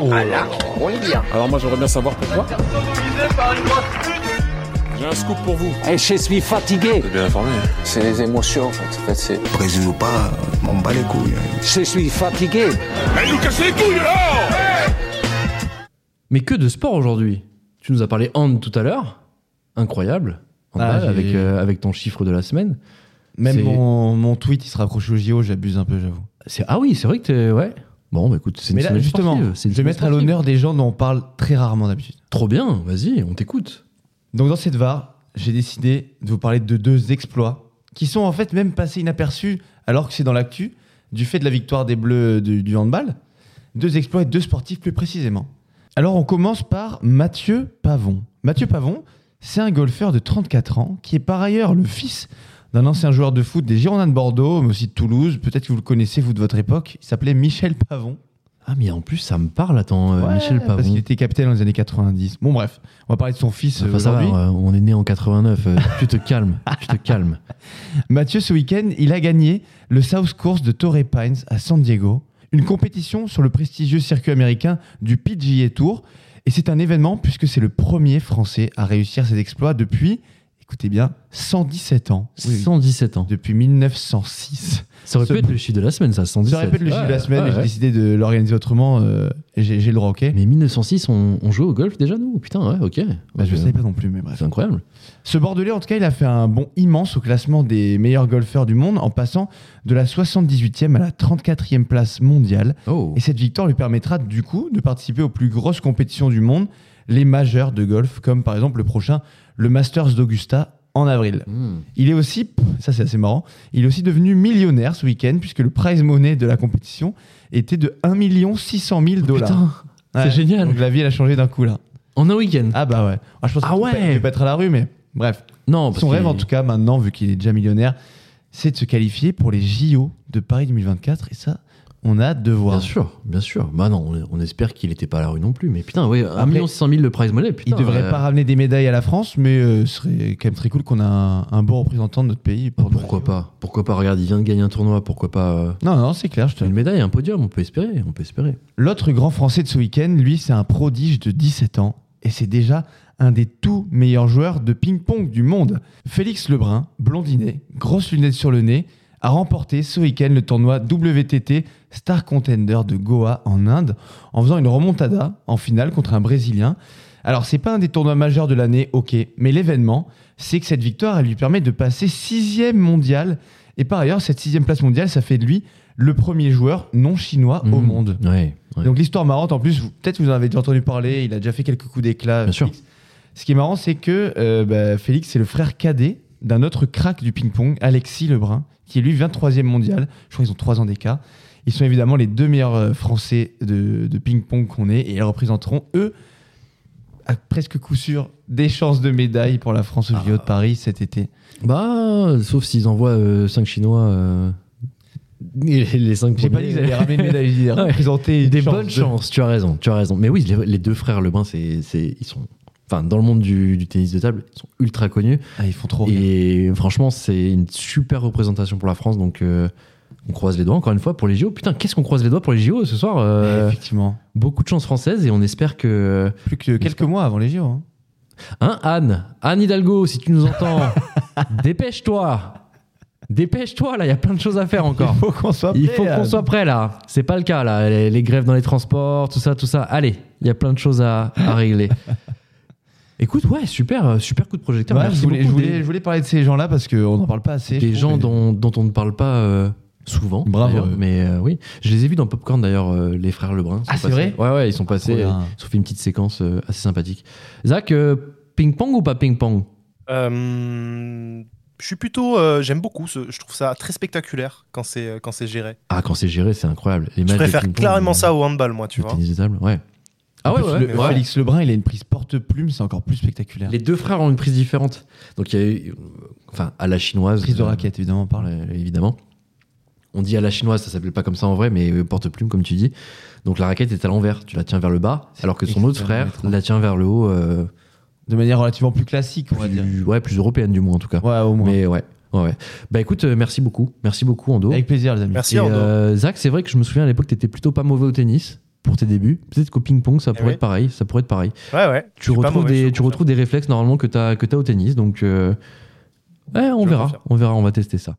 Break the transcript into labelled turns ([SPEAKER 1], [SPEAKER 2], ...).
[SPEAKER 1] Voilà, on est bien.
[SPEAKER 2] Alors moi j'aimerais bien savoir pourquoi. J'ai un scoop pour vous.
[SPEAKER 3] Et Eh, je suis fatigué.
[SPEAKER 4] bien informé.
[SPEAKER 5] C'est les émotions en fait. En fait, c'est
[SPEAKER 6] Brésil ou pas, on m'en bat les couilles. hein.
[SPEAKER 3] Je suis fatigué.
[SPEAKER 7] Elle nous casse les couilles là
[SPEAKER 8] Mais que de sport aujourd'hui Tu nous as parlé hand tout à l'heure. Incroyable. Handball
[SPEAKER 9] Ah, j'ai-
[SPEAKER 8] avec, euh, avec ton chiffre de la semaine.
[SPEAKER 9] Même
[SPEAKER 8] C'est-
[SPEAKER 9] mon, mon tweet, il se rapproche au JO, j'abuse un peu, j'avoue.
[SPEAKER 8] C'est- Ah oui, c'est vrai que t'es. Ouais. Bon, bah écoute, c'est une
[SPEAKER 9] Mais là,
[SPEAKER 8] semaine
[SPEAKER 9] justement,
[SPEAKER 8] sportive. C'est
[SPEAKER 9] je
[SPEAKER 8] une
[SPEAKER 9] vais
[SPEAKER 8] semaine
[SPEAKER 9] mettre à
[SPEAKER 8] sportive.
[SPEAKER 9] l'honneur des gens dont on parle très rarement d'habitude.
[SPEAKER 8] Trop bien, vas-y, on t'écoute.
[SPEAKER 9] Donc dans cette VAR, j'ai décidé de vous parler de deux exploits qui sont en fait même passés inaperçus alors que c'est dans l'actu du fait de la victoire des Bleus du, du handball. Deux exploits et deux sportifs plus précisément. Alors on commence par Mathieu Pavon. Mathieu Pavon, c'est un golfeur de 34 ans qui est par ailleurs le fils d'un ancien joueur de foot des Girondins de Bordeaux, mais aussi de Toulouse. Peut-être que vous le connaissez, vous, de votre époque. Il s'appelait Michel Pavon.
[SPEAKER 8] Ah, mais en plus, ça me parle, attends, euh,
[SPEAKER 9] Ouais,
[SPEAKER 8] Michel Pavon.
[SPEAKER 9] Parce qu'il était capitaine dans les années 90. Bon, bref, on va parler de son fils
[SPEAKER 8] Enfin,
[SPEAKER 9] euh,
[SPEAKER 8] ça va,
[SPEAKER 9] aujourd'hui.
[SPEAKER 8] euh, on est né en 89. euh, tu te calmes, tu te calmes.
[SPEAKER 9] Mathieu, ce week-end, il a gagné le South Course de Torrey Pines à San Diego, une compétition sur le prestigieux circuit américain du PGA Tour. Et c'est un événement puisque c'est le premier Français à réussir ses exploits depuis, écoutez bien, 117 ans. Oui, oui.
[SPEAKER 8] 117 ans.
[SPEAKER 9] Depuis 1906.
[SPEAKER 8] Ça aurait
[SPEAKER 9] Ce-
[SPEAKER 8] pu être le chiffre de la semaine, ça, 117.
[SPEAKER 9] Ça répète le chiffre de la
[SPEAKER 8] Ouais,
[SPEAKER 9] semaine et
[SPEAKER 8] ouais,
[SPEAKER 9] j'ai
[SPEAKER 8] ouais.
[SPEAKER 9] décidé de l'organiser autrement. euh, et j'ai j'ai le droit, ok
[SPEAKER 8] Mais 1906, on, on jouait au golf déjà, nous Putain, ouais, ok.
[SPEAKER 9] Bah, Je ne
[SPEAKER 8] Euh,
[SPEAKER 9] savais pas non plus, mais bref.
[SPEAKER 8] C'est incroyable.
[SPEAKER 9] Ce Bordelais, en tout cas, il a fait un bond immense au classement des meilleurs golfeurs du monde en passant de la 78e à la 34e place mondiale.
[SPEAKER 8] Oh.
[SPEAKER 9] Et cette victoire lui permettra du coup de participer aux plus grosses compétitions du monde, les majeures de golf, comme par exemple le prochain, le Masters d'Augusta en avril.
[SPEAKER 8] Hmm.
[SPEAKER 9] Il est aussi, ça c'est assez marrant, il est aussi devenu millionnaire ce week-end puisque le prize money de la compétition était de 1 600 000 dollars.
[SPEAKER 8] Oh, Putain, c'est génial.
[SPEAKER 9] Donc la vie elle a changé d'un coup là.
[SPEAKER 8] en un week-end.
[SPEAKER 9] Ah bah ouais. Ah, je pense
[SPEAKER 8] Ah
[SPEAKER 9] qu'il
[SPEAKER 8] ouais.
[SPEAKER 9] peut pas- il peut pas être à la rue mais bref.
[SPEAKER 8] non, parce
[SPEAKER 9] Son
[SPEAKER 8] que-
[SPEAKER 9] rêve en tout cas maintenant vu qu'il est déjà millionnaire, c'est de se qualifier pour les JO de Paris 2024 et ça on a hâte de voir.
[SPEAKER 8] Bien sûr, bien sûr. Bah non, on, on espère qu'il était pas à la rue non plus. Mais putain, ouais, 1
[SPEAKER 9] Après,
[SPEAKER 8] million 600 000 le prize money.
[SPEAKER 9] Ah, Il
[SPEAKER 8] Putain,
[SPEAKER 9] devrait
[SPEAKER 8] euh,
[SPEAKER 9] pas ramener des médailles à la France, mais euh, ce serait quand même très cool qu'on a un, un bon représentant de notre pays. pour-
[SPEAKER 8] Pourquoi pas Pourquoi pas Regarde, il vient de gagner un tournoi. Pourquoi pas euh,
[SPEAKER 9] Non, non, c'est clair. je te-
[SPEAKER 8] Une médaille, un podium, on peut espérer, on peut espérer.
[SPEAKER 9] L'autre grand français de ce week-end, lui, c'est un prodige de 17 ans. Et c'est déjà un des tout meilleurs joueurs de ping-pong du monde. Félix Lebrun, blondinet, grosses lunettes sur le nez, a remporté ce week-end le tournoi WTT Star Contender de Goa en Inde en faisant une remontada en finale contre un Brésilien. Alors, c'est pas un des tournois majeurs de l'année, ok, mais l'événement, c'est que cette victoire, elle lui permet de passer sixième mondial. Et par ailleurs, cette sixième place mondiale, ça fait de lui le premier joueur non chinois au
[SPEAKER 8] Mhm.
[SPEAKER 9] monde.
[SPEAKER 8] Ouais, ouais.
[SPEAKER 9] Donc l'histoire marrante, en plus, vous- peut-être vous en avez déjà entendu parler, il a déjà fait quelques coups d'éclat.
[SPEAKER 8] Bien sûr.
[SPEAKER 9] Félix. Ce qui est marrant, c'est que euh, bah, Félix, c'est le frère cadet d'un autre crack du ping-pong, Alexis Lebrun, qui est lui 23e mondial. Je crois qu'ils ont 3 ans d'écart. Ils sont évidemment les deux meilleurs euh, Français de, de ping-pong qu'on ait et ils représenteront, eux, à presque coup sûr, des chances de médaille pour la France aux
[SPEAKER 8] Ah.
[SPEAKER 9] JO de Paris cet été.
[SPEAKER 8] Bah, sauf s'ils envoient 5 Chinois. euh, et les- les 5
[SPEAKER 9] J'ai pas dit qu'ils allaient ramener une médaille, ils allaient
[SPEAKER 8] Ouais.
[SPEAKER 9] représenter une
[SPEAKER 8] Des
[SPEAKER 9] chance
[SPEAKER 8] bonnes
[SPEAKER 9] de-
[SPEAKER 8] chances, tu as raison, tu as raison. Mais oui, les, les deux frères Lebrun, c'est, c'est, ils sont, enfin, dans le monde du, du tennis de table, ils sont ultra connus.
[SPEAKER 9] Ah, ils font trop rire.
[SPEAKER 8] Et franchement, c'est une super représentation pour la France. Donc, euh, on croise les doigts encore une fois pour les JO. Putain, qu'est-ce qu'on croise les doigts pour les JO ce soir euh,
[SPEAKER 9] Effectivement.
[SPEAKER 8] Beaucoup de chance française et on espère que. euh,
[SPEAKER 9] Plus que quelques mois avant les JO. hein.
[SPEAKER 8] Hein, Anne Anne Hidalgo, si tu nous entends, dépêche-toi Dépêche-toi là, il y a plein de choses à faire encore.
[SPEAKER 9] Il faut qu'on soit
[SPEAKER 8] Il
[SPEAKER 9] prêt
[SPEAKER 8] faut
[SPEAKER 9] à-
[SPEAKER 8] qu'on soit prêt là. C'est pas le cas là. Les, les grèves dans les transports, tout ça, tout ça. Allez, il y a plein de choses à, à régler. Écoute, ouais, super, euh, super coup de projecteur.
[SPEAKER 9] Ouais,
[SPEAKER 8] Merci
[SPEAKER 9] je, voulais, je,
[SPEAKER 8] beaucoup.
[SPEAKER 9] voulais, je
[SPEAKER 8] des
[SPEAKER 9] voulais parler de ces gens-là parce qu'on n'en parle pas assez.
[SPEAKER 8] des
[SPEAKER 9] je
[SPEAKER 8] gens
[SPEAKER 9] trouve,
[SPEAKER 8] dont, dont on ne parle pas euh, souvent.
[SPEAKER 9] Bravo,
[SPEAKER 8] d'ailleurs.
[SPEAKER 9] euh.
[SPEAKER 8] Mais euh, oui, je les ai vus dans Popcorn d'ailleurs, euh, les frères Lebrun. Ils
[SPEAKER 9] Ah,
[SPEAKER 8] sont
[SPEAKER 9] c'est
[SPEAKER 8] passés- Ouais, ouais, ils sont passés.
[SPEAKER 9] bien.
[SPEAKER 8] euh, Ils ont fait une petite séquence euh, assez sympathique. Zach, euh, ping-pong ou pas ping-pong
[SPEAKER 4] Euh, je suis plutôt. euh, J'aime beaucoup. ce- je trouve ça très spectaculaire quand c'est euh, quand c'est géré.
[SPEAKER 8] Ah, quand c'est géré, c'est incroyable. Les
[SPEAKER 4] Je
[SPEAKER 8] matchs de
[SPEAKER 4] préfère
[SPEAKER 8] ping-pong,
[SPEAKER 4] clairement
[SPEAKER 8] euh,
[SPEAKER 4] ça au handball, moi, tu
[SPEAKER 8] le
[SPEAKER 4] vois.
[SPEAKER 8] tennis de table, ouais. Ah
[SPEAKER 9] En
[SPEAKER 8] ouais,
[SPEAKER 9] plus,
[SPEAKER 8] ouais,
[SPEAKER 9] le-
[SPEAKER 8] ouais.
[SPEAKER 4] ouais.
[SPEAKER 9] Félix Lebrun, il a une prise porte-plume, c'est encore plus spectaculaire.
[SPEAKER 8] Les deux frères ont une prise différente. Donc il y a eu, enfin, à la chinoise.
[SPEAKER 9] Prise de
[SPEAKER 8] euh,
[SPEAKER 9] raquette, évidemment, on
[SPEAKER 8] par
[SPEAKER 9] parle.
[SPEAKER 8] la- euh, évidemment. On dit à la chinoise, ça s'appelle pas comme ça en vrai, mais euh, porte-plume, comme tu dis. Donc la raquette est à l'envers, tu la tiens vers le bas, alors que son autre
[SPEAKER 9] extrêmement
[SPEAKER 8] frère
[SPEAKER 9] étrange.
[SPEAKER 8] la tient vers le haut, euh,
[SPEAKER 9] De manière relativement plus classique, on va dire.
[SPEAKER 8] plus, ouais, plus européenne du moins en tout cas.
[SPEAKER 9] Ouais, au moins.
[SPEAKER 8] mais ouais, ouais, ouais. Bah écoute, euh, merci beaucoup, merci beaucoup Ando.
[SPEAKER 9] Avec plaisir, les amis.
[SPEAKER 4] Merci,
[SPEAKER 8] Et,
[SPEAKER 4] Ando.
[SPEAKER 8] euh, Zach, c'est vrai que je me souviens à l'époque, t'étais plutôt pas mauvais au tennis. pour tes débuts. Peut-être qu'au ping-pong, ça
[SPEAKER 4] Eh
[SPEAKER 8] pourrait
[SPEAKER 4] oui.
[SPEAKER 8] être pareil. Ça pourrait être pareil.
[SPEAKER 4] Ouais, ouais. Je
[SPEAKER 8] Tu
[SPEAKER 4] suis pas
[SPEAKER 8] retrouves,
[SPEAKER 4] mauvais, je
[SPEAKER 8] des,
[SPEAKER 4] te
[SPEAKER 8] tu retrouves des réflexes normalement que tu as, que t'as au tennis. Donc, euh, ouais, on
[SPEAKER 4] Je
[SPEAKER 8] verra.
[SPEAKER 4] confirme.
[SPEAKER 8] On verra, on va tester ça.